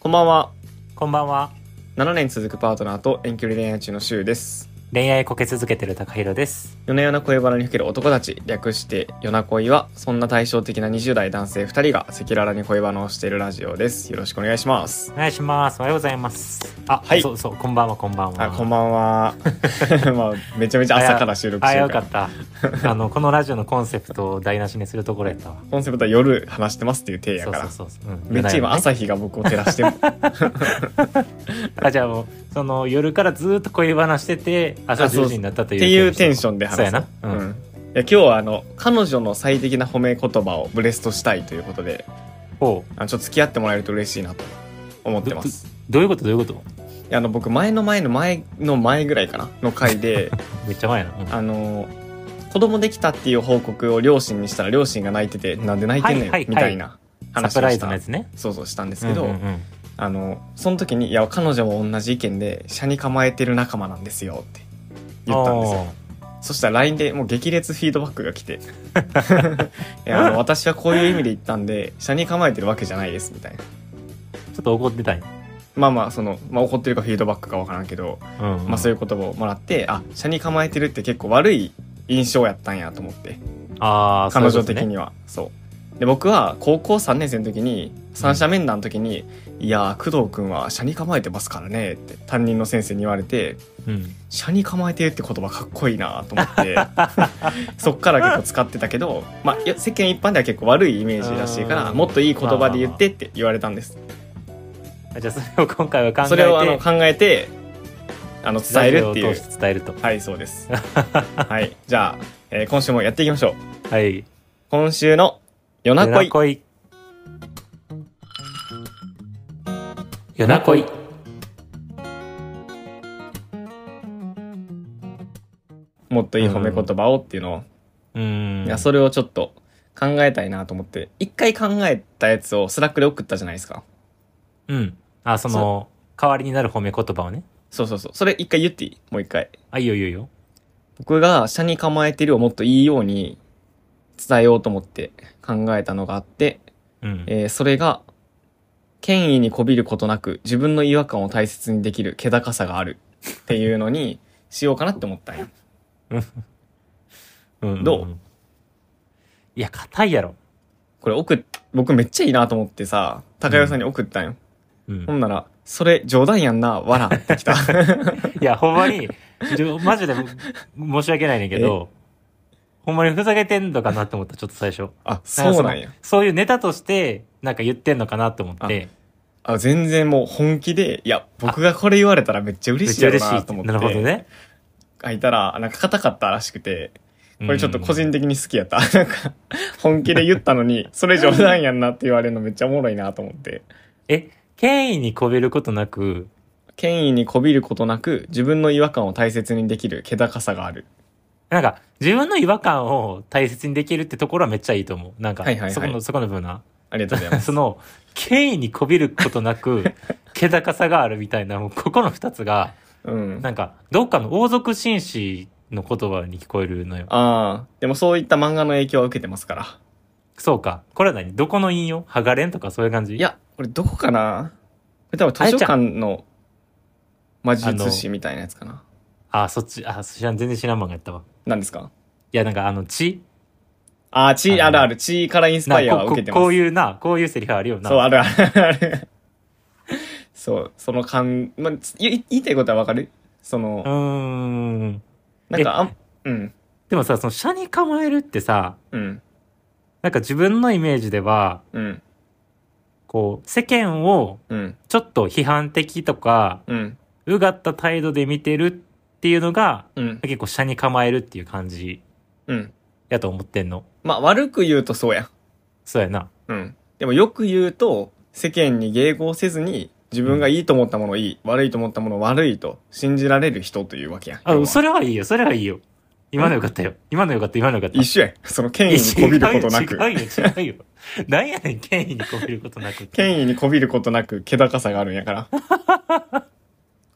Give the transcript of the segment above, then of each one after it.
こんばんは。こんばんは。 7年続くパートナーと遠距離恋愛中の柊です。恋愛こけ続けてる高弘です。夜な夜な恋バナにふける男たち、略して夜な恋は、そんな対照的な20代男性2人が赤裸々に恋バナをしているラジオです。よろしくお願いします。お願いします。おはようございます。あ、はいそうそう、こんばんは、こんばんは。あ、こんばん は。まあ、めちゃめちゃ朝から収録しあ、てよるかからっ。た。 あの、このラジオのコンセプトを台無しにするところやったわ。コンセプトは夜話してますっていう体やそうかそうら。そうそう。うんめっちゃ今、。夜朝日が僕を照ら してる。な夜ねあ、じゃあもう、その、夜からずーっと恋話してて、朝あそう10時になったといっう。ていうテンションで話そうすやな。ううんん。いや今日はあの彼女の最適な褒め言葉をブレストしたいということでおうあのちょっと付き合ってもらえると嬉しいなと思ってますどういうことどういうこといやあの僕前の前の前の前ぐらいかなの回で めっちゃ前やな。うんあの子供できたっていう報告を両親にしたら両親が泣いててなんで泣いてんねん、はいはいはいみたいなサ話プをラしイズのたやつね。そうそうしたんですけど、うんうんうんあのその時にいや彼女も同じ意見で車に構えてる仲間なんですよって言ったんですよおーそしたら LINE でもう激烈フィードバックが 来ていやあの私はこういう意味で言ったんで下に構えてるわけじゃないですみたいなちょっと怒ってたんや。まあまあその、まあ、怒ってるかフィードバックかわからんけど、うん。まあ、そういいう言葉をもらってあ下に構えてるって結構悪い印象やったんやと思ってうん。ああ、彼女的そういうにはそう,、で僕は高校3年生の時に三者面談の時に「いやー工藤君は下に構えてますからね」って担任の先生に言われてことね。うん。車に構えてるって言葉かっこいいなと思って そっから結構使ってたけど、まあ、いや世間一般では結構悪いイメージらしいからうんもっといい言葉で言ってって言われたんですあじゃあそれを今回は考えてそれをあの考えてあの伝えるっていラうジオを通して伝えるとはいそうです はいじゃあ、えー今週もやっていきましょうはい今週の「夜な恋」夜な恋もっといい褒め言葉をっていうのを、うんいやそれをちょっと考えたいなと思って一回考えたやつをスラックで送ったじゃないですかうんあその代わりになる褒め言葉をねそうそうそうそれ一回言っていいもう一回あいいよいいよいいよ僕が社に構えてるをもっといいように伝えようと思って考えたのがあって、うんえーそれが、権威にこびることなく自分の違和感を大切にできる気高さがあるっていうのにしようかなって思ったんや。うんどうんいや硬いやろこれ送っ、僕めっちゃいいなと思ってさ、高代さんに送ったんよ。うんほんなら、それ冗談やんな、わらって きた。いやほんまにじょマジで申し訳ないねんけどほんまにふざけてんのかなって思ったちょっと最初あ、そうなんかそやの。そういうネタとしてなんか言ってんのかなと思ってあ、全然もう本気で、いや、僕がこれ言われたらめっちゃめ嬉っしいちゃやろ嬉しいなっとて思っなるほどて、ね書いたら、なんか硬かったらしくて、これちょっと個うん人的に好きやった。 なんか、本気で言ったの に、それ冗談やんなって言われるのめっちゃおもろいなと思って。え権威にこびることなく権威にこびることなく、自分の違和感を大切にできる気高さがある。なんか自分の違和感を大切にできるってところはめっちゃいいと思うなんか、はいはいはいそこのそこの部分なありがとうござい ます。その権威にこびることなく気高さがあるみたいなもうここの2つがうん。あなんかどっかの王族紳士の言葉に聞こえるのよあー、でもそういった漫画の影響は受けてますから。そうかこれは何どこの引用ハガレンとかそういう感じいや、これどこかなこれ多分図書館の魔術師みたいなやつかな。あそっちあ知らん全然知らん漫画やったわ何ですかいやなんかあの血ああ、地、ああのるある、地からインスなパんイかアはこ受こけてます。こういうなこういうセリフあるよなそう、あるあるある。 そう、その感、まあ、つ言言いたいことはわかるそのう、ーんなんか、あん、うん、でもさその車に構えるってさうん、なんか自分のイメージではうん、こう世間をうん、ちょっと批判的とかうん、うがった態度で見てるっていうのがうん、結構車に構えるっていう感じうん。やと思ってんのまあ、悪く言うとそうやん。そうやなうん。でもよく言うと、世間に迎合せずに、自分がいいと思ったものをいい、悪いと思ったものを悪いと信じられる人というわけやん。要あはそれはいいよそれはいいよ今のよかったよ今のよかった今のよかった一緒やん。その権威にこびることなく。違うよ違うよ違うよなんやねん権威にこびることなくって権威にこびることなく、気高さがあるんや から。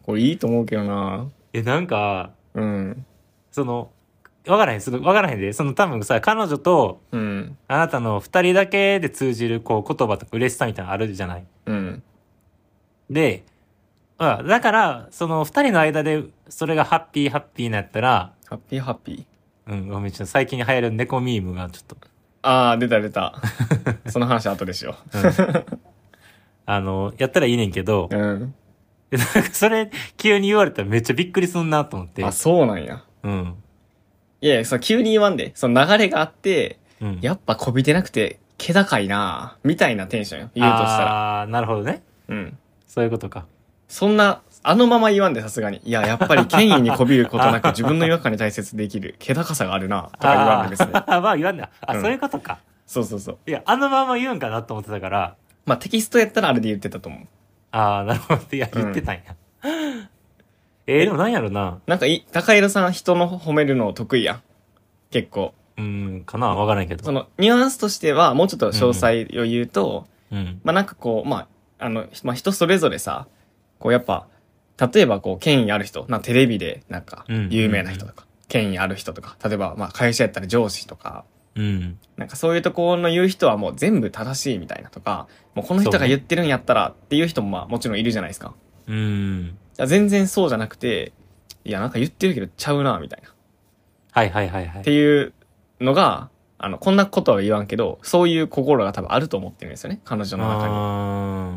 これいいと思うけどなえなんかうん。そそのわからへんすぐわからへんでその多分さ彼女とうん。あなたの二人だけで通じるこう言葉とか嬉しさみたいなのあるじゃないうん。で、あだから、その二人の間で、それがハッピーハッピーなやったら、ハッピーハッピー。うん、ごめん、ちょっと最近流行る猫ミームがちょっと、ああ、出た出 た。その話後でしよ うんあの、やったらいいねんけどう。、うん。でなんかそれ、急に言われたらめっちゃびっくりすんなと思って。あ、そうなんや。うん。いやいや、その急に言わんで、その流れがあって、うん。やっぱこびてなくて、気高いなみたいなテンションよ。言うとしたら。ああー、なるほどね。うん。そういうことか。そんな、あのまま言わんでさすがに。いや、やっぱり権威にこびることなく自分の違和感に大切できる、気高さがあるなとか言わんで別に。 あーまあ言わんだ。あ、うんそういうことか。そうそうそう。いや、あのまま言うんかなと思ってたから、まあ、テキストやったらあれで言ってたと思う。ああ、なるほど。いや、うん言ってたんや。えー、でもなんやろな。なんかい、高弘さん人の褒めるの得意やん。結構。うん、かなわからんけそど。の、ニュアンスとしては、もうちょっと詳細を言うと、うん。まあなんかこう、まあ、あの、まあ人それぞれさ、こうやっぱ、例えばこう、権威ある人、なんかテレビでなんかうん、有名な人とか、権威ある人とか、例えばまあ会社やったら上司とか、うん。なんかそういうところの言う人はもう全部正しいみたいなとか、もうこの人が言ってるんやったらっていう人もまあもちろんいるじゃないですか。うん。だから全然そうじゃなくて、いやなんか言ってるけどちゃうな、みたいな。っはいはいはいはいて。いうのが、あの、こんなことは言わんけど、そういう心が多分あると思ってるんですよね、彼女の中に。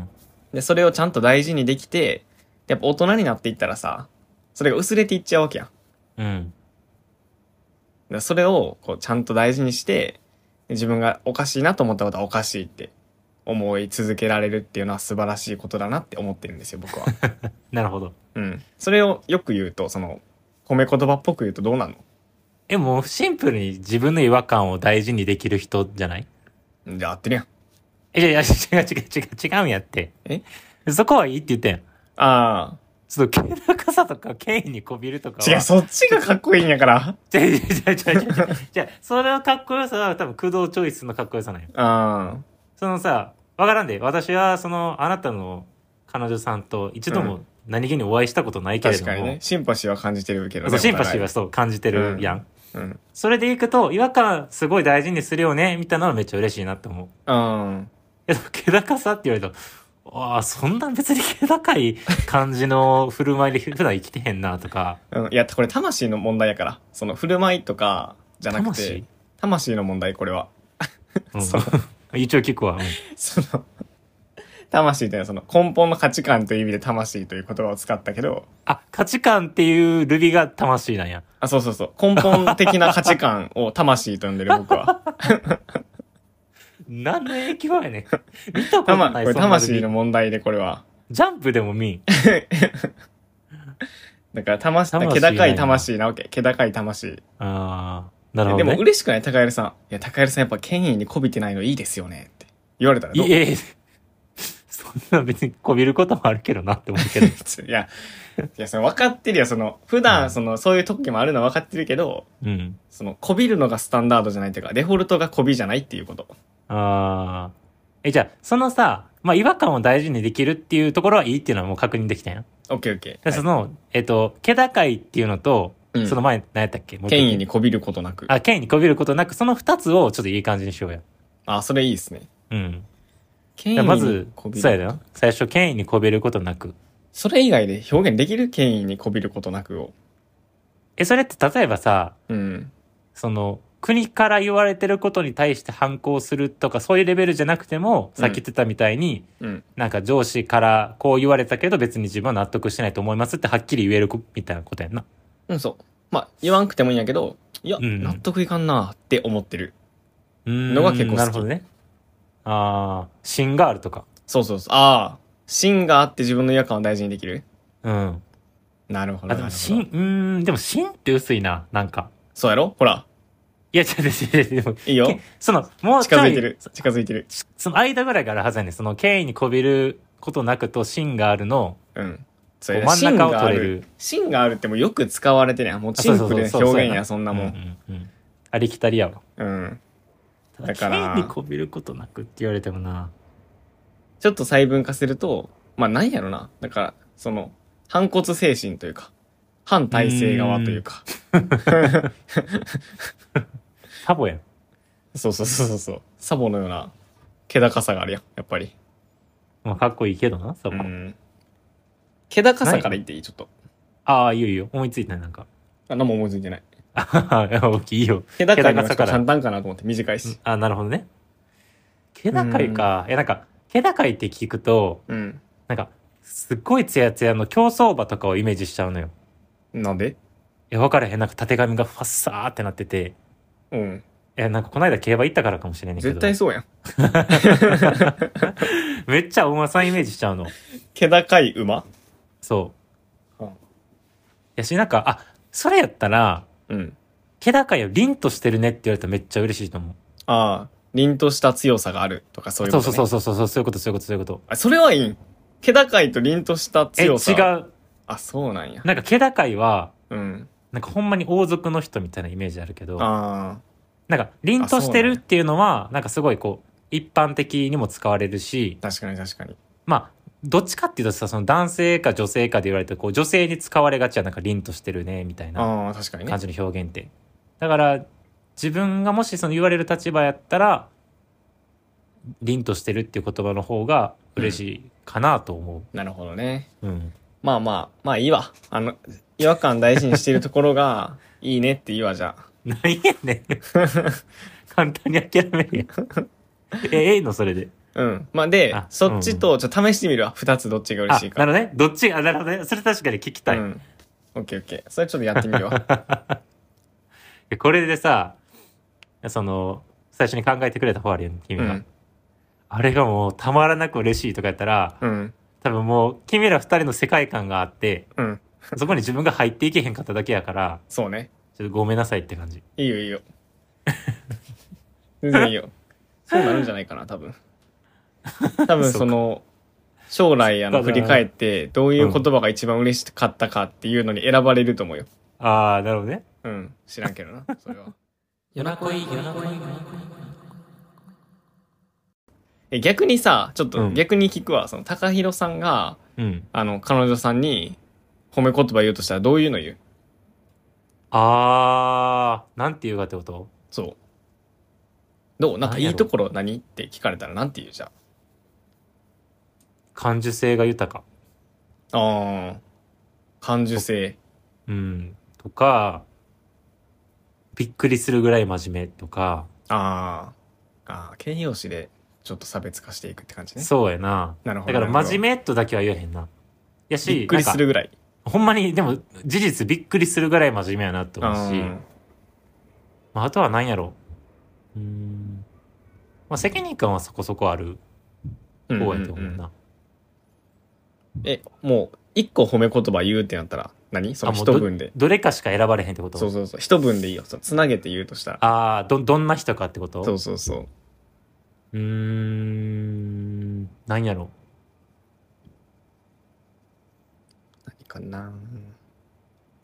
あで、それをちゃんと大事にできて、やっぱ大人になっていったらさ、それが薄れていっちゃうわけやん。だかーうん。らそれを、こう、ちゃんと大事にして、自分がおかしいなと思ったことはおかしいって思い続けられるっていうのは素晴らしいことだなって思ってるんですよ、 僕は。なるほど。うん。それをよく言うと、その、褒め言葉っぽく言うとどうなのえ、もうシンプルに自分の違和感を大事にできる人じゃないじゃあ合ってるやん。え、いやいや、違う違う違う違うんやって。えそこはいいって言ってん。あその、気高さとか、権威にこびるとかあ。違う、そっちがかっこいいんやから。う。違う違う違う違う違う。じゃそれのかっこよさは多分、工藤チョイスのかっこよさなんよ。ああ。そのさ、わからんで、私は、その、あなたの彼女さんと一度うも何気にお会いしたことないけれ確ども、かにね。シンパシーは感じてるけどそね。うシンパシーお互はい。そう感じてるやん。うん。それでいくと、違和感すごい大事にするよね、みたいなのはめっちゃ嬉しいなって思う。 うん。いや、気高さって言われたら、ああ、そんな別に気高い感じの振る舞いで普段生きてへんなとか、うん、いや、これ魂の問題やから。その振る舞いとかじゃなくて、魂の問題、これは。うんそう 一応聞くわ。うんその、魂っていうのはその根本の価値観という意味で魂という言葉を使ったけど、あ、価値観っていうルビが魂なんや。あ、そうそうそう、根本的な価値観を魂と呼んでる僕 は。何の影 響やねん。見たことたま、こない、れそんなルビ魂の問題でこれは。ジャンプでも見ん。だから魂、魂気高い魂なわけ。気高い魂。ああ、なるほでど、ね。も嬉しくない高柳さん。いや、高柳さんやっぱ権威に媚びてないのいいですよねって言われたらどういえ、 そんな別にこびることもあるけどなって思うけ ど。いや、いや、その分かってるよ。その、普うん段、その、そういう時もあるのは分かってるけど、うん。その、こびるのがスタンダードじゃないというか、デフォルトがこびじゃないっていうこと。ああ。え、じゃあ、そのさ、まあ、違和感を大事にできるっていうところはいいっていうのはもう確認できたやん。オッケーオッケでー。その、えっと、気高いっていうのと、うんその前、何やったっけもう一回権威にこびることなく。あ、権威にこびることなく、その二つをちょっといい感じにしようや。あ、それいいですね。うん。権じ威ゃあにまずこ、びる。そうやな。最初、権威にこびることなく。それ以外で表現できる権威にこびることなくを。え、それって例えばさ、うん。その、国から言われてることに対して反抗するとか、そういうレベルじゃなくても、さっき言ってたみたいに、うん。なんか上司からこう言われたけど、別に自分は納得してないと思いますってはっきり言えるこみたいなことやんな。うん、そう。まあ、言わんくてもいいんやけど、いや、うん納得いかんなって思ってる。うーんのが結構好きなるほどね。ああ、芯があるとか。そうそうそう。ああ、芯があって自分の違和感を大事にできる。うん。なるほど。あ、でなるほもど芯、うーん、でも芯って薄いな、なんか。そうやろほら。いや、違う違う違う違う。でもいいよけ。その、もうち近ょづいてるい、。近づいてる。そその間ぐらいからはずやねんその、権威にこびることなくと芯があるの、うん。そこう真ん中を取れる。芯があるってもうよく使われてねもうあチンプそうそうでそう表現うや、そんなもん。うんうんうんありきたりやわ。うん。ただから権威にこびることなくって言われてもな。ちょっと細分化すると、まあなんやろな。だから、その、反骨精神というか、反体制側というか。サボやん。そうそうそうそうそう。サボのような気高さがあるやん、やっぱり。まあ、かっこいいけどな、サうボ。ん。気高さから言っていいちょっと。ああ、いいよいいよ。思いついたね、なんか。 あ何も思いついてない。あはは大きいいよ。気高さ気高さかからら簡単かなと思って短いし。あなるほどね。気高いか。え、なんか、気高いって聞くと、うん。なんか、すっごいツヤツヤの競走馬とかをイメージしちゃうのよ。なんでいや、わからへん。なんか、縦髪がファッサーってなってて。うん。え、なんか、この間競馬行ったからかもしれないけど。絶対そうやん。 めっちゃお馬さんイメージしちゃうの。気高い馬そう。うんやし、なんか、あ、それやったら、うん。気高いよ、凛としてるねって言われたらめっちゃ嬉しいと思う。ああ、凛とした強さがあるとかそういうこと、そうね。そうそうそうそう、そういうこと、そういうこと、そういうこと。あ、それはいいん。気高いと凛としたえ、強違さ。う。う。あ、そうなんや。なんか、気高いは、うん。なんかほんまに王族の人みたいなイメージあるけど、ああ、なんか凛としてるっていうのは、なんかすごいこう、一般的にも使われるし、確かに確かに。まあ、どっちかっていうとさ、その男性か女性かで言われて、こう、女性に使われがちやんなんか凛としてるね、みたいなああ、確かにね感。じの表現って。だから、自分がもしその言われる立場やったら、凛としてるっていう言葉の方が嬉しいかなと思なるほどね。う。 うん。まあまあ、まあいいわ。あの、違和感大事にしてるところが、 いいねって言うわ、じゃあ。ないやねん。 簡単に諦めるやん。え、ええのそれで。 うん。まあであ、そっちと、ちょっと試してみるわ。二つどっちが嬉しいか。あなるほどね。どっちあ、なるほどね。それ確かに聞きたい。ういん。オッケーオッケー。それちょっとやってみる わ。やこれでさ、その、最初に考えてくれた方あるよね、君うが。ん。あれがもうたまらなく嬉しいとかやったら、うん。多分もう君ら二人の世界観があって、うん。そこに自分が入っていけへんかっただけやから、そうね。ちょっとごめんなさいって感じ。いいよいいよ。全然いいよ。 そうなるんじゃないかな、多分。多分その、将来あそのうだ振なり返って、どういう言葉が一番嬉しかったかっていうのに選ばれると思うよ。ああ、なるほどね。うん。知らんけどな、それは。夜な恋、夜な恋。え逆にさ、ちょっうとん逆に聞くわ、その、高弘さんが、うん。あの、彼女さんに褒め言葉言うとしたらどういうの言うああ、なんて言うかってことそう。どうなんかなんいやろいところ何って聞かれたらなんて言うじゃん。感受性が豊か。あー、感受性。うん。とか、びっくりするぐらい真面目とか、ああ。ああ、形容詞でちょっと差別化していくって感じね。そうやな。なるほだど。から真目面目とだけは言えへんな。やし、びっくりするぐらい。ほんまに、でも、事実びっくりするぐらい真面目やなって思うし、うんまあ、あとは何やろう。うーん。まあ、責任感はそこそこある方やと思ううな。んうんうんえ、もう、一個褒め言葉言うってなったら何、そのあもう一文で。どれかしか選ばれへんってことそうそうそう。一文でいいよ。そのつなげて言うとしたら。ああ、ど、どんな人かってこと。そううそうそう。うーん。何やろ何かな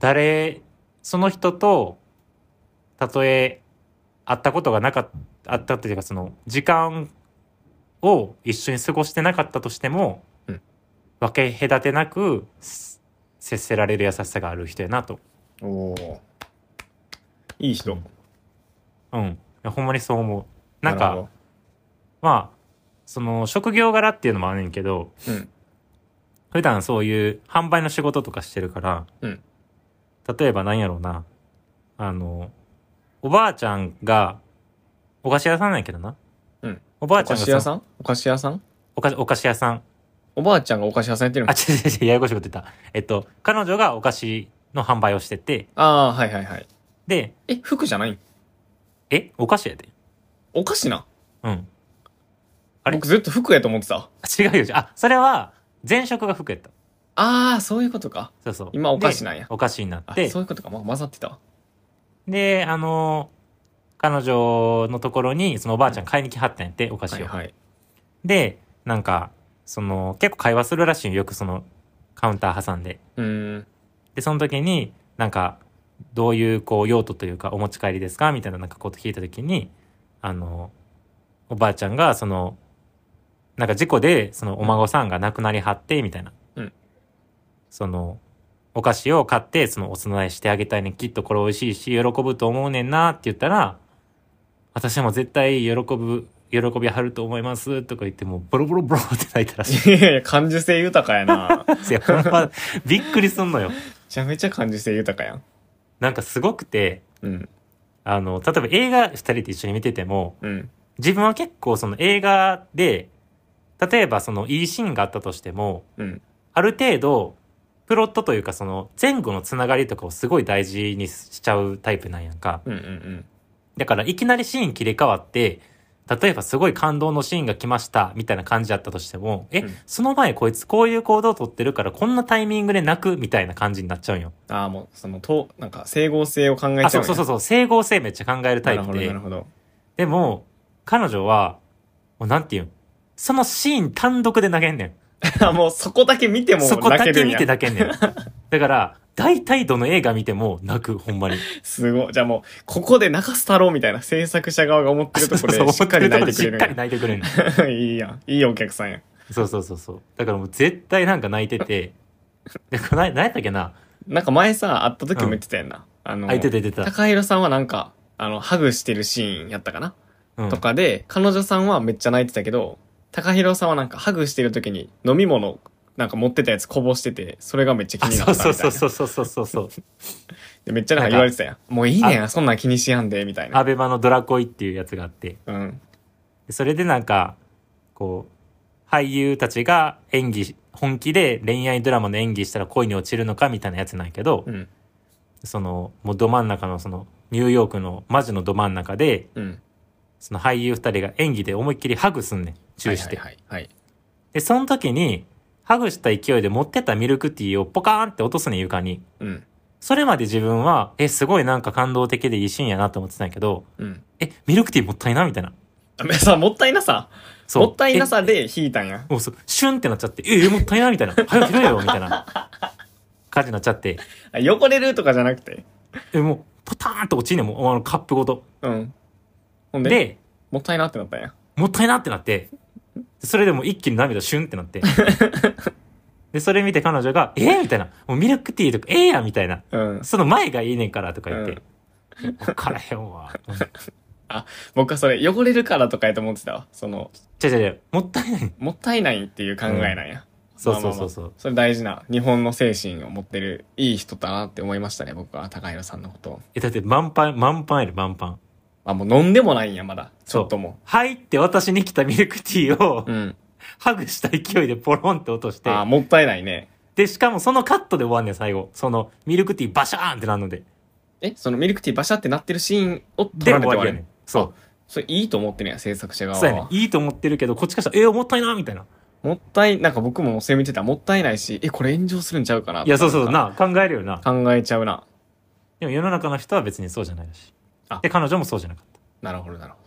誰、その人と、たとえ、会ったことがなかった、あったっていうか、その、時間を一緒に過ごしてなかったとしても、うん分け隔てなく、す接せられる優しさがある人やなと。おおー。いい人。うん。いやほんまにそう思う。なんるかほ、まあ、その、職業柄っていうのもあるんやけど、どうん。普段そういう販売の仕事とかしてるから、うん例えばなんやろうな、あの、おばあちゃんが、お菓子屋さんなんやけどな。うんおばあおちゃん菓が子屋んさんお菓子屋さんお菓子お菓子屋さん。おばあちゃんがお菓子屋さんやってるあ、の違う違う違う、ややこしいこと言った。えっと、彼女がお菓子の販売をしてて、ああー、はいはいはい。で、え、服じゃないんえお菓子やで。お菓子な。うん。あれ僕ずっと服やと思ってた。あ違うよ。あ、それは、前職が服やった。ああ、そういうことか。そうそう。今お菓子なんやでお菓子になっあ、てそう、いうことか。まあ、混ざってたわ。で、あの、彼女のところに、そのおばあちゃん買いに来はったんやって、お菓子を。はいはい。で、なんか、その、結構会話するらしいよ。よくその、カウンター挟んで。うーん。 で、その時に、なんか、どういう、こう、用途というか、お持ち帰りですかみたいな、なんかこと聞いた時に、あの、おばあちゃんが、その、なんか事故で、その、お孫さんが亡くなりはって、みたいな。うんその、お菓子を買って、その、お供えしてあげたいね。きっとこれ美味しいし、喜ぶと思うねんな、って言ったら、私も絶対喜ぶ喜びはると思いますとか言ってもうボロボロボロって泣いたらしいいやいや、感受性豊かやな。 め いやほんまびっくりすんのよちゃめちゃ感受性豊かやん。なんかすごくてうん。あの例えば映画2人で一緒に見ててもうん。自分は結構その映画で例えばそのいいシーンがあったとしてもうん。ある程度プロットというかその前後のつながりとかをすごい大事にしちゃうタイプなんやんかうんうんうん。だからいきなりシーン切り替わって例えばすごい感動のシーンが来ましたみたいな感じだったとしてもえ、うんその前こいつこういう行動をとってるからこんなタイミングで泣くみたいな感じになっちゃうんよああ、もう、その、と、なんか、整合性を考えちゃう、ね。あそうそうそうそう整合性めっちゃ考えるタなイるほプど、でなるほど。 でも彼女はもうなんていうんそのシーン単独で投げんねんあもう、そこだけ見てもそこ泣だけけるん見やて。だけんねん だから大体どの映画見ても泣くほんまにすごい。じゃあもう、ここで泣かす太郎みたいな制作者側が思ってるとこ ろで、しっかり泣いてくれるんしっかやり泣いてくれるんや いいやん。いいお客さんやん。そうそうそうそうだからもう絶対なんか泣いててでこな何やったっけななんか前さ、会った時も言ってたやんな。あの、あいてて出てた、高弘さんはなんか、あの、ハグしてるシーンやったかな、うんとかで、彼女さんはめっちゃ泣いてたけど、高弘さんはなんか、ハグしてる時に飲み物、なんか持ってたやつこぼしてて、それがめっちゃ気あになっそたうみたいな。そうそうそうそうそうそうそうでめっちゃなんか言われてたやん。もういいねん、そんなん気にしやんで、みたいな。アベマの「ドラコイ」っていうやつがあってうん。でそれでなんかこう俳優たちが演技本気で恋愛ドラマの演技したら恋に落ちるのかみたいなやつなんやけど、うん。そのもうど真ん中のそのニューヨークのマジのど真ん中でうん。その俳優2人が演技で思いっきりハグすんねんチューして、はいはい、はい。でその時にハグした勢いで持ってたミルクティーをポカーンって落とすねん床にうん。それまで自分はえすごいなんか感動的でいいシーンやなと思ってたんやけどうん。えミルクティーもったいなみたいなあさ、もったいなさ。そうもったいなさで引いたんやえ。もうそうシュンってなっちゃってええもったいなみたいな早く拾えよみたいな感じになっちゃってあ汚れるとかじゃなくて。えもうポターンと落ちんねんもうあのカップごとうん。ほんで、でもったいなってなったんや。もったいなってなって、それでもう一気に涙シュンってなって。で、それ見て彼女が、えー、みたいな。もうミルクティーとか、ええやんみたいな。うん。その前がいいねんからとか言って。わ、からへんわ。僕はそれ、汚れるからとかやと思ってたわ。その、じゃじゃじゃもったいない。もったいないっていう考えなんや。そうそうそうそう。それ大事な、日本の精神を持ってる、いい人だなって思いましたね、僕は、高弘さんのことを。え、だって満杯、満杯やで満杯。あ、もう飲んでもないんや、まだ。ちそうょっとも。入って私に来たミルクティーを、うん。ハグした勢いでポロンって落として。あ、もったいないね。で、しかもそのカットで終わんねん、最後。その、ミルクティーバシャーンってなるので。え、そのミルクティーバシャってなってるシーンを撮で、られ終て終わりわやる、ねん。そう。それいいと思ってるんや、制作者側は。そうやねん。いいと思ってるけど、こっちからしたら、えー、もったいなみたいな。もったい、なんか僕もそれ見てたらもったいないし、え、これ炎上するんちゃうかなとかいや、そうそうそう、。な、考えるよな。考えちゃうな。でも世の中の人は別にそうじゃないらしいあで、彼女もそうじゃなかった。なるほど、なるほ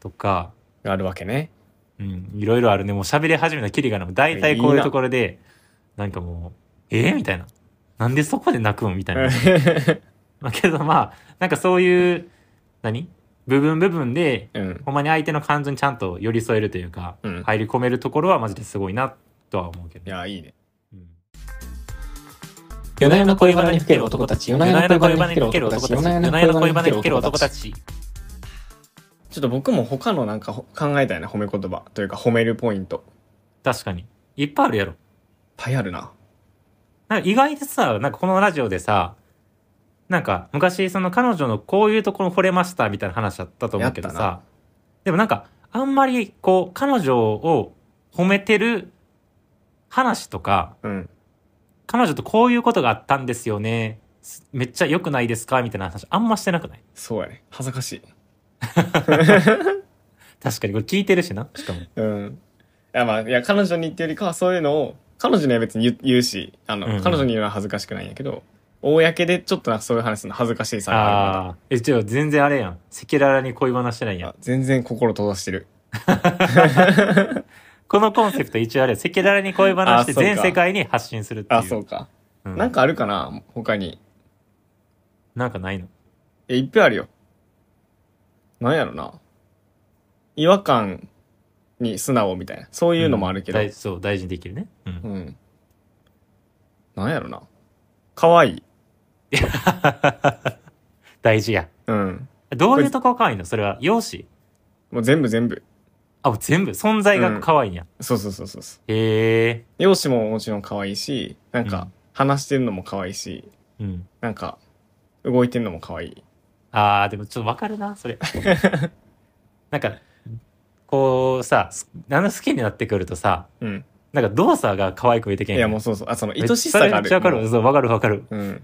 とか、ど。あるわけね。うん、いろいろあるね。もう喋り始めたキリがない。大体こういうところで、なんかもう、えー、みたいな。なんでそこで泣くんみたいな。まあけどまあ、なんかそういう、何部分部分で、 うん。ほんまに相手の感情にちゃんと寄り添えるというか、うん入り込めるところはマジですごいな、とは思うけいど。や、いいね。うん夜な夜な恋バナにふける男たち。夜な夜な恋バナにふける男たち。夜な夜な恋バナにふける男たち。ち。ちょっと僕も他のなんかほ考えたいな、褒め言葉。というか褒めるポイント。確かに。いっぱいあるやろ。いっぱいあるな。なんか意外とさ、なんかこのラジオでさ、なんか昔その彼女のこういうところ惚れましたみたいな話だったと思うけどやったさ、でもなんかあんまりこう彼女を褒めてる話とか、うん。彼女とこういうことがあったんですよね。すめっちゃ良くないですかみたいな話あんましてなくないそうやね。恥ずかしい。確かにこれ聞いてるしな、しかも。うん。いや、まあ、いや、彼女にっていうよりかはそういうのを、彼女には別に言う言うし、あの、うんうん彼女に言うのは恥ずかしくないんやけど、公でちょっとなんかそういう話するの恥ずかしいさがあるああー、え、じゃあ全然あれやん。赤裸々に恋話してないからやんあ。全然心閉ざしてる。このコンセプト一応あれや赤裸々に恋話しあーそてうか全世界に発信するっていう。あ、そうか。うんなんかあるかな他に。なんかないのえ、いっぱいあるよ。なんやろな。違和感に素直みたいな。そういうのもあるけど。ううん大ん。そう大事にできるね、うんなんやろな。可愛い大事やうん。どういうとこ可愛いのそれは容姿もう全部全部。あ、もう全部、存在が可愛いんや。そうそうそうそうそう。へえ。容姿ももちろん可愛いし、なんうかん話してるのも可愛いし、うん。なんか動いてるのも可愛い。あー、でもちょっとわかる な、それ。なんか、こうさ、すだんだん好きになってくるとさ、うん。なんか動作が可愛く見えていけんやもうそうそう。あ、その愛しさがあめる。っちゃわかる。もそう、わかるわかる。ううん。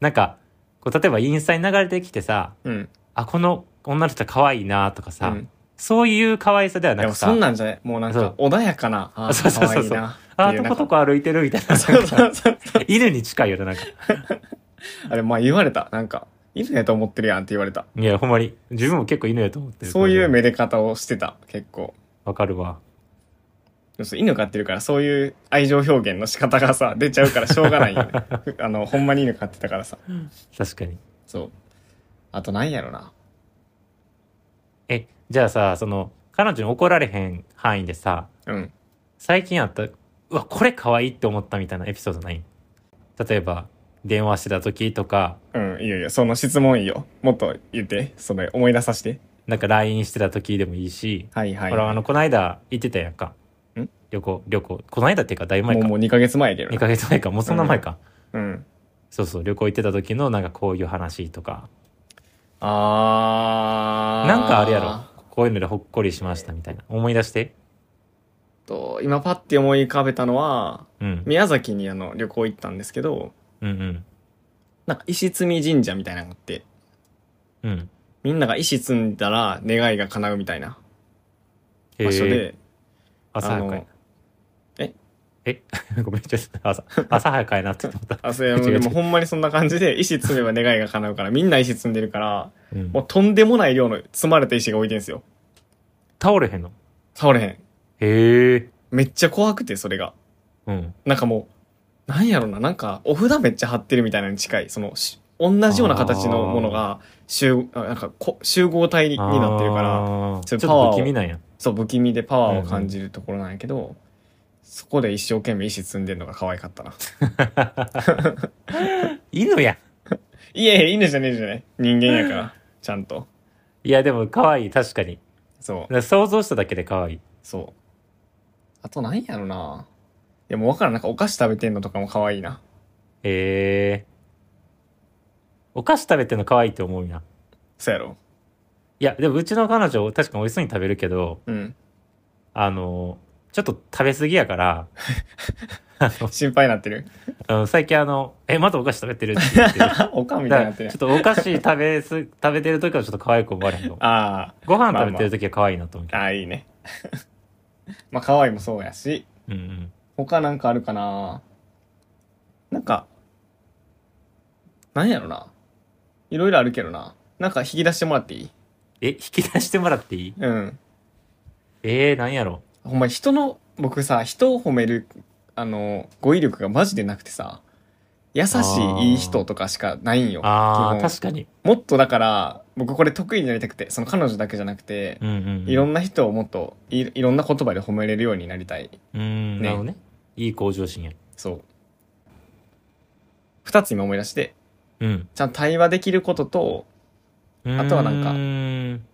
なんか、こう例えばインスタに流れてきてさ、うん。あ、この女の人可愛いなとかさ、うんそういう可愛さではなでくもさ、そんなんじゃない。もうなんそうか穏やかな。あそうー、そう可そう愛そういな。あ、っていとうことこ歩いてるみたいな、そうなそんうかそう。犬に近いよな、なんか。 あれ、まあ言われた。なんか、犬やと思ってるやんって言われた。いや、ほんまに、自分も結構犬やと思ってる。そういうめで方をしてた、結構。わかるわ。要するに犬飼ってるから、そういう愛情表現の仕方がさ、出ちゃうからしょうがないよ ね。ふあの、ほんまに犬飼ってたからさ。確かに。そう。あとなんやろな。え、じゃあさ、その、彼女に怒られへん範囲でさ、うん。最近あった、うわ、これ可愛いって思ったみたいなエピソードない例えば、電話してた時とか、うん、いいよいいよ。その質問いいよ。もっと言って、その思い出させて。なんか LINE してた時でもいいし、はいはい。ほら、あの、この間行ってたやんかん。旅行、旅行。この間っていうか、だいぶも前うか。もう2ヶ月前やけど2な。ヶ月前か。もうそんな前か。うん。そうそう、旅行行ってた時の、なんかこういう話とか。あー。なんかあれやろ。こういうのでほっこりしましたみたいな。思い出して。と、今パッて思い浮かべたのは、うん。宮崎にあの、旅行行ったんですけど、うんうん。なんか石積み神社みたいなのがあって、うん。みんなが石積んだら願いが叶うみたいなへー場所で、朝早かいあの。ええ ごめん、ちょっと朝、朝早かいなって 思った。あ、それ違う違うでもほんまにそんな感じで、石積めば願いが叶うから、みんな石積んでるから、うんもうとんでもない量の積まれた石が置いてんすよ。倒れへんの倒れへん。へえ。めっちゃ怖くて、それが。うん。なんかもう、なんやろな、なんか、お札めっちゃ貼ってるみたいなのに近い。その、し同じような形のものが、集、あなんかこ、集合体になってるから、らちょちょっっととパワーを不気味なんや。そう、不気味でパワーを感じるところなんやけど、そこで一生懸命石積んでんのが可愛かったな。 犬やん。いやいや、犬じゃねえじゃない。人間やから、ちゃんと。いや、でも可愛い、確かに。そう。想像しただけで可愛い。そう。あとなんやろな。いやもうわからん。なんかお菓子食べてんのとかも可愛いな。へえ。お菓子食べてんの可愛いって思うな。そうやろ。いや、でもうちの彼女、確かに美味しそうに食べるけど、うん。あの、ちょっと食べ過ぎ やから、あの心配になってる。 あの最近あの、え、またお菓子食べてるって言ってる。おかん みだたかいにならっちてょっる。とお菓子食べす、 食べてる時はちょっと可愛く思われへんの。あご飯食べてる時は可愛いなと思うけあ、ど。ああ、いいね。 まあ可愛いもそうやし、うんうん。他なんかあるかな。なんか、なんやろな。いろいろあるけどな。なんか引き出してもらっていいえ、引き出してもらっていいうん。えー、何やろほんま人の、僕さ、人を褒める、あの、語彙力がマジでなくてさ、優しいいい人とかしかないんよ。あ基ー、本確かに。もっとだから、僕これ得意になりたくて、その彼女だけじゃなくてう、んうんうん。いろんな、な人をもっとい、いろんな言葉で褒めれるようになりたい。うん、ねなるほどね。いい向上心や。そう。二つ今思い出して、うん。ちゃんと対話できることと、あとはなんかうーん。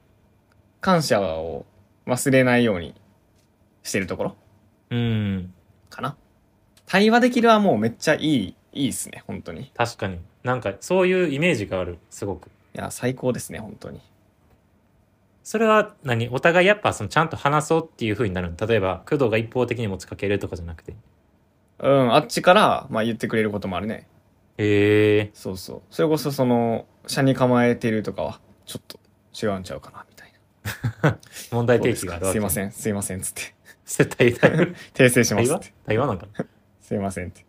感謝を忘れないようにしてるところうん。かな。対話できるはもうめっちゃいい、いいっすね、本当に。い確かに。なんか、そういうイメージがある。すごく。や、最高ですね、本当に。それは何お互いやっぱそのちゃんと話そうっていう風になるの例えば工藤が一方的に持ちかけるとかじゃなくてうん、あっちから、まあ言ってくれることもあるね。へえそうそう。それこそその、車に構えてるとかは、ちょっと違うんちゃうかな、みたいな。問題そうで提起すがかあるわすけいません、すいません、つって。絶対 対話訂正しま対すっ話て。対話なんかなすいませんって。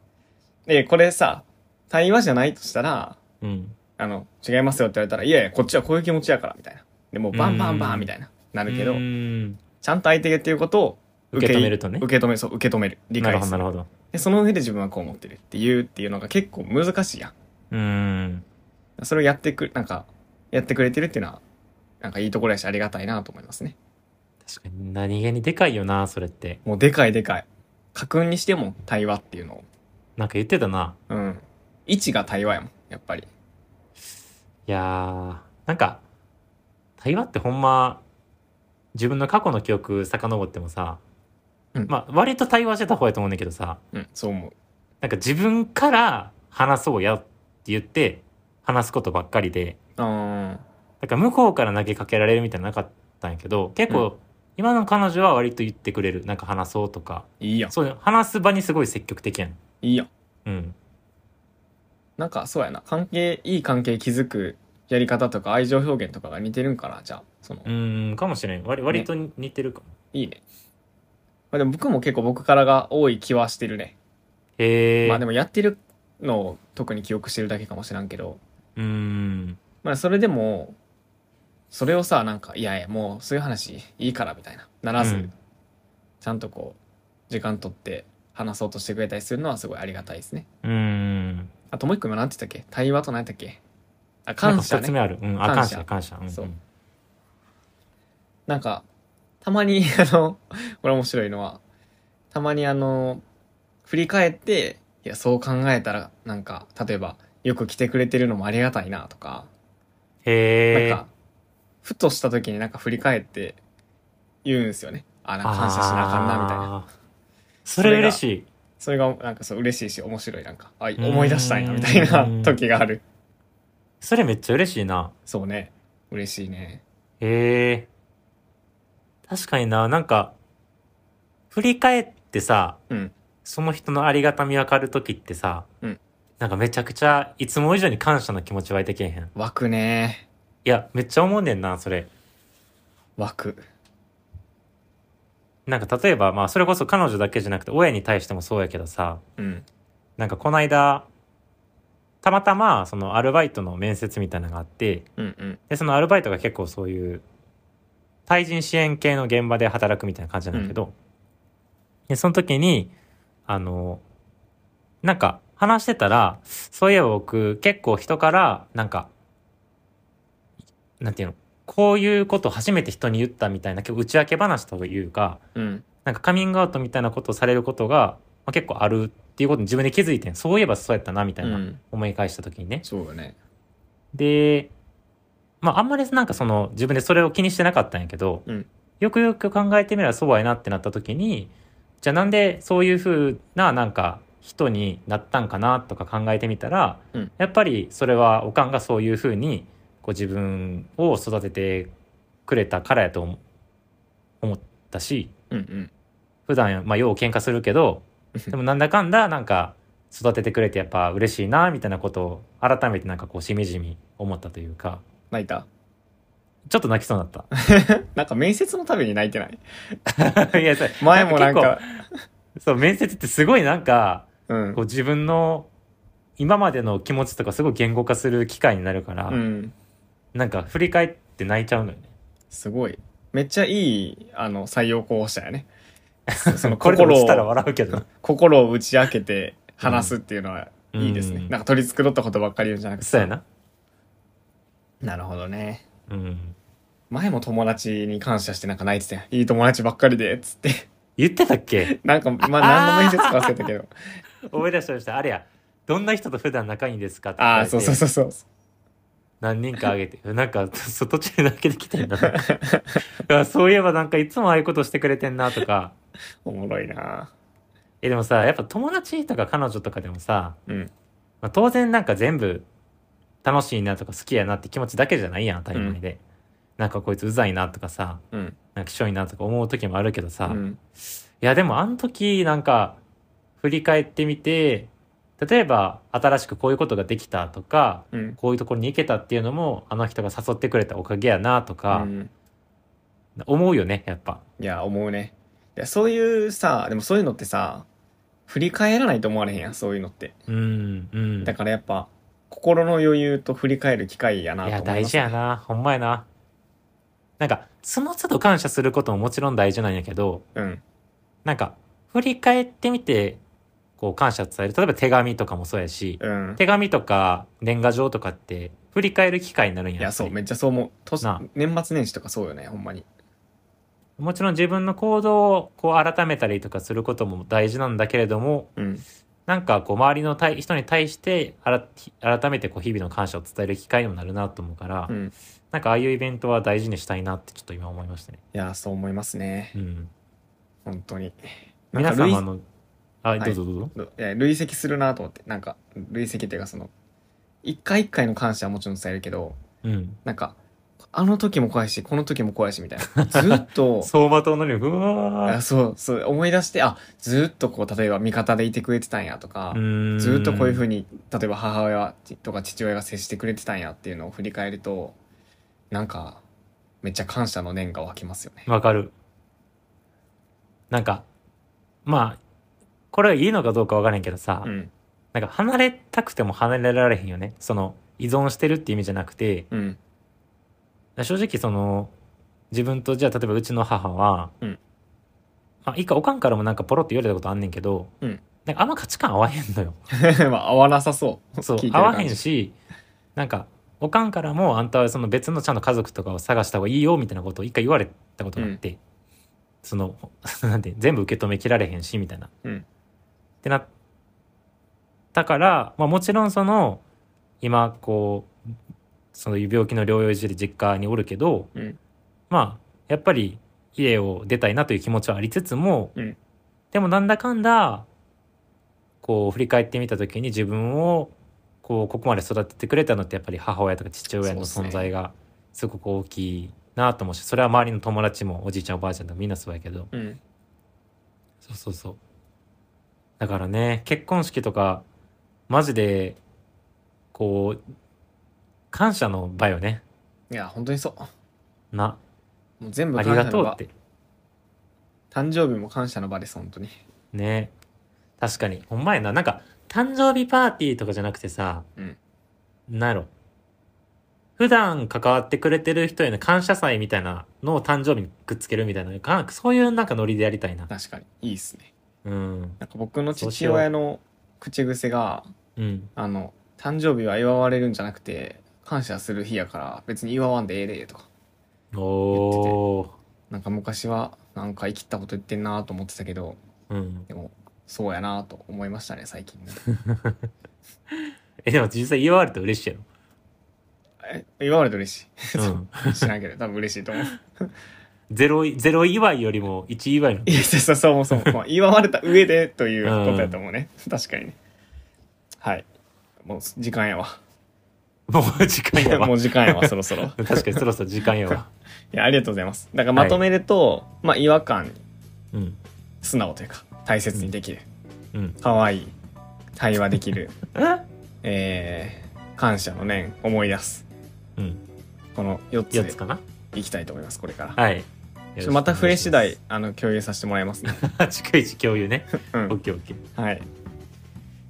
で、これさ、対話じゃないとしたら、うんあの、違いますよって言われたら、いやいや、こっちはこういう気持ちやから、みたいな。で、もうバンバンバうんン、みたいな。なあるけど、ちゃんと相手が言っていうことを受け止めるとね受け止め、そう、受け止める。理なる解ほどすなる。るほどで、その上で自分はこう思ってるっていうっていうのが結構難しいやうーんん。それをやってく、なんか、やってくれてるっていうのは、なんかいいところやし、ありがたいなと思いますね。確かに何気にでかいよなそれってもうでかいでかい。家訓にしても対話っていうのを。なんか言ってたなうん。位置が対話やもん、やっぱり。いやーなんか対話ってほんま自分の過去の記憶遡ってもさ、うんまあ割と対話してた方やと思うんだけどさうん、そう思う。なんか自分から話そうやって言って話すことばっかりであだから向こうから投げかけられるみたいなのなかったんやけど結う構、今の彼女は割と言ってくれるなんか話そうとかーいいやん。そういう話す場にすごい積極的やんいいやん。うんなんか、そうやな。関係、いい関係築くやり方とか愛情表現とかが似てるんかな、じゃあ。その、うーんかもしれん割割と似てるかも、いいね。まあでも僕も結構僕からが多い気はしてるね。へえ、まあでもやってるのを特に記憶してるだけかもしらんけど、うーんまあそれでも、それをさ、なんか、いやいや、もうそういう話いいからみたいな、ならず、うんちゃんとこう、時間取って話そうとしてくれたりするのはすごいありがたいですね。うーんあともう一個今何て言ったっけ対話と何やったっけあ、感謝なんか二つね。目ある、うん、あ感感謝謝感謝うんそうなんか、たまに、 あの、これ面白いのは、たまにあの、振り返って、いや、そう考えたら、なんか、例えば、よく来てくれてるのもありがたいなとか、へえなんか、ふとした時になんか振り返って言うんですよね。あ、なんか感謝しなあかんな、みたいな。なそれ嬉しいそれが、なんかそう、嬉しいし、面白い、なんか、あ、思い出したいな、みたいなうん時がある。それめっちゃ嬉しいなそうね。嬉しいね。へえ確かにななんか振り返ってさうん。その人のありがたみ分かる時ってさ、うんなんかめちゃくちゃいつも以上に感謝の気持ち湧いてけえへんい湧くね。やめっちゃ思うねんなそれ湧く。なんか例えばまあそれこそ彼女だけじゃなくて親に対してもそうやけどさうん。なんかこの間たまたまそのアルバイトの面接みたいなのがあってうんうん。でそのアルバイトが結構そういう対人支援系の現場で働くみたいな感じなんだけど、でその時にあのなんか話してたらそういえば僕結構人からなんかなんていうのこういうこと初めて人に言ったみたいな結構内訳話というかうん。なんかカミングアウトみたいなことをされることが、まあ、結構あるっていうことに自分で気づいてんそういえばそうやったなみたう。いなん思い返した時にね、そうよね。で、まあ、あんまりなんかその自分でそれを気にしてなかったんやけど、うんよくよく考えてみればそうやなってなった時にじゃあなんでそういうふうななんか人になったんかなとか考えてみたら、うんやっぱりそれはおかんがそういうふうにこう自分を育ててくれたからやと思思ったしうんうん。普段まあよう喧嘩するけどでもなんだかんだなんか育ててくれてやっぱ嬉しいなみたいなことを改めてなんかこうしみじみ思ったというか泣いたちょっと泣きそうになっなんか面接のたびに泣いて ないた。いやそれ前もなんか、結構そう面接ってすごいなんかうんこ。う自分の今までの気持ちとかすごい言語化する機会になるから、うん。なんか振り返って泣いちゃうのよね。すごい。めっちゃいい、あの、採用候補者やね。そ そのこれで心落ちたらを、笑うけどな。心を打ち明けて話すっていうのはうん いいですね。うんなんか取り繕ったことばっかり言うんじゃなくて。そうや。な。なるほどね。うん。前も友達に感謝してなんか泣いてたよ。いい友達ばっかりで、つって。 言ってたっけなんか、まあ、何の面接か忘れたけど。思い出した思い出した。あれや、どんな人と普段仲いいんですかって聞かあれあ、てそうそうそうそう。何人かあげて、 なんか、そう途中で泣けてきたんだな。 そういえばなんかいつもああいうことしてくれてんなとか。おもろいなえ、でもさ、やっぱ友達とか彼女とかでもさ、うん。まあ、当然なんか全部楽しいなとか好きやなって気持ちだけじゃないやん、当たり前で。なんかこいつうざいなとかさ、うん。なんかしょいなとか思う時もあるけどさ、ういん。やでもあの時なんか振り返ってみて、例えば新しくこういうことができたとか、うん。こういうところに行けたっていうのもあの人が誘ってくれたおかげやなとか、うん思うよねやっぱいや、思うね。いや、そういうさ、でもそういうのってさ、振り返らないと思われへんやん、そういうのって。うんうんだからやっぱ、心の余裕と振り返る機会やないやと思い大ます事やなほんまやななんかその都度感謝することももちろん大事なんやけどうん。なんか振り返ってみてこう感謝伝える例えば手紙とかもそうやしうん。手紙とか年賀状とかって振り返る機会になるんやいや、そう、やっぱめっちゃそう思う。年なあ年末年始とかそうよね、ほんまに。りもちろん自分の行動をこう改めたりとかすることも大事なんだけれどもうん。なんかこう周りの対人に対してあら改めてこう日々の感謝を伝える機会にもなるなと思うから、うん。なんかああいうイベントは大事にしたいなってちょっと今思いましたね。いや、そう思いますねう。ん。本当に。なんか皆様累の、あ、いどうぞどうぞ。どいや累積するなと思って、なんか、累積っていうかその、一回一回の感謝はもちろん伝えるけど、うん。なんか、あの時も怖いし、この時も怖いし、みたい な。ずっと、相馬灯の量、うわあそう、そう、思い出して、あ、ずっとこう、例えば味方でいてくれてたんやとか、ーずっとこういうふうに。に、例えば母親とか父親が接してくれてたんやっていうのを振り返ると、なんか、めっちゃ感謝の念が湧きますよね。わかる。なんか、まあ、これはいいのかどうかわからんけどさ、うん、なんか離れたくても離れられへんよね。その、依存してるって意味じゃなくて、うん、 正直その、自分とじゃあ例えばうちの母は、うんまあ、一回おかんからもなんかポロって言われたことあんねんけど、うんなんかあんま価値観合わへんのよ。まあ、合わなさそう。そう聞いてる感合わじへんしなんかおかんからもあんたはその別のちゃんと家族とかを探した方がいいよみたいなことを一回言われたことがあって、その なんて全部受け止めきられへんしみたいな。うんってなったから、まあ、もちろんその今こうその病気の療養所で実家におるけど、うんまあやっぱり家を出たいなという気持ちはありつつも、うんでもなんだかんだこう振り返ってみた時に自分をこうここまで育ててくれたのってやっぱり母親とか父親のそうっすね存在がすごく大きいなと思うしそれは周りの友達もおじいちゃんおばあちゃんとかみんなそうやけどうん、そうそうそうだからね結婚式とかマジでこう感謝の場よねいや本当にそうなもう全部あ感り謝がのとう場って誕生日も感謝の場です本当にね確かにほんまやななんか誕生日パーティーとかじゃなくてさ、うんなんやろ普段関わってくれてる人への感謝祭みたいなのを誕生日にくっつけるみたいなかそういうなんかノリでやりたいな確かにいいっすねうんなんか僕のそうし父よう親の口癖がうんあの誕生日は祝われるんじゃなくて感謝する日やから別に祝わんでええでとかおおなんか昔はなんか生きったこと言ってんなと思ってたけどーうんでもそうやなと思いましたね最近えでも実際祝われて嬉しい やえ祝われて嬉しろ、うん、い知らんけど多分嬉しいと思 うゼロゼロ祝いよりも1祝いのいや、そうそうもそうも、まあ、祝われた上でということやと思うね。確かにね。はい。もう時間やわ。もう時間やわもう時間やわ、そろ そろ。い確かにそろそろ時間 やわや、ありがとうございます。だからまとめると、まあ、違和感、うん素直というか、大切にできる。うん可愛いい。対話できる。 えー、感謝の念、思い出す。うんこの4つやでつかないきたいと思います、これから。はいちょっとまた増え次第よ、あの、共有させてもらい ますね。ろしくお願いします逐一共有ねうオッん。ケーオッケーはい。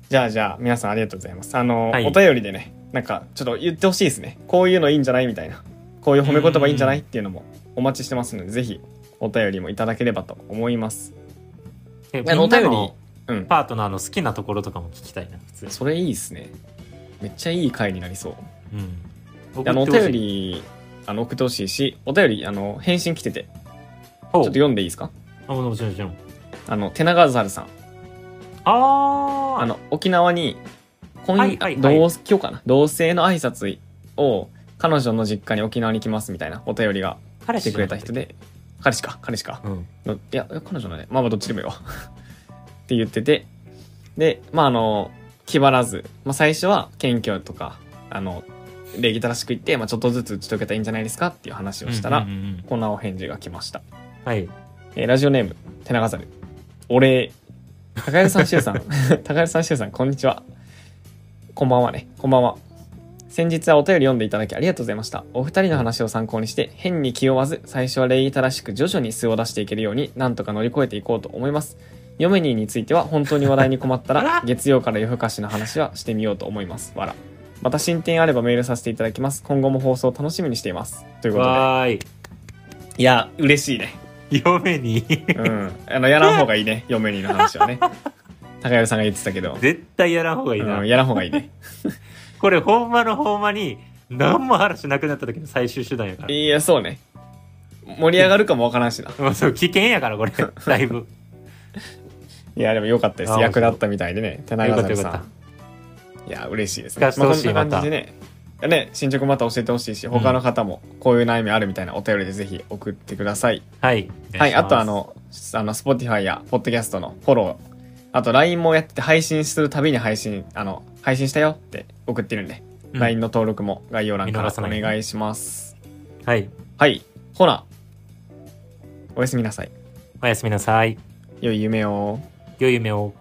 じゃあじゃあ、皆さんありがとうございます。あの、はいお便りでね、なんか、ちょっと言ってほしいですね。こういうのいいんじゃないみたいな。こういう褒め言葉いいんじゃないっていうのもお待ちしてますので、ぜひ、お便りもいただければと思います。えあのみんなお便のうん。パートナーの好きなところとかも聞きたいな普通にそれいいですね。めっちゃいい回になりそう。うんあの、お送ってほ便しいり、あの、送ってほしいし、お便り、あの、返信来てて、ちほょっうと読んでいいですかあもちろんもちろんあの、手長猿さん。あーあの、沖縄に、婚はいはいはい姻、同居かな同性の挨拶を、彼女の実家に沖縄に来ますみたいなお便りが彼来て氏くれた人で、彼氏か、彼氏か。うんのいや、彼女のね、まあまあどっちでもいいわ。 って言ってて、で、まああの、気張らず、まあ最初は謙虚とか、あの、礼儀正しく言って、まあちょっとずつ打ち解けたらいいんじゃないですかっていう話をしたら、うんうんうんこんなお返事が来ました。はいえーラジオネーム、手長猿。お礼。高谷さん、しゅうさ ん。高谷さん、しゅうさん、こんにちは。こんばんはね。こんばんは。先日はお便り読んでいただきありがとうございました。お二人の話を参考にして、変に気負わず、最初は礼儀正しく徐々に素を出していけるように、なんとか乗り越えていこうと思います。ヨメニーについては本当に話題に困ったら月曜から夜更かしの話はしてみようと思います。わら。また進展あればメールさせていただきます。今後も放送を楽しみにしています。ということで。わーいや、嬉しいね。い嫁に うん。あの、やらん方がいいね。嫁にの話はね。高代さんが言ってたけど。絶対やらんほうがいいな、うん、やらん方がいいね。これほんまのほんまに何も話なくなった時の最終手段やからいや、そうね。盛り上がるかもわからんしな。まあそう危険やか らこれだいぶいや、でもよかったです。あ役立ったみたいでね。手よ長かった猿よかさっん。たいや、嬉しいです聞ねか。せてほしいまあこんな感じでね。やね、進捗また教えてほしいし、他の方もこういう悩みあるみたいなお便りでぜひ送ってください。はい。はい、あとあ、の、あの、Spotify や Podcast のフォロー、あと LINE もやってて配信するたびに配信、あの、配信したよって送ってるんで、うん LINE の登録も概要欄か見逃らさおない願いします。はい。はい、ほな、おやすみなさい。おやすみなさい。良い夢を。良い夢を。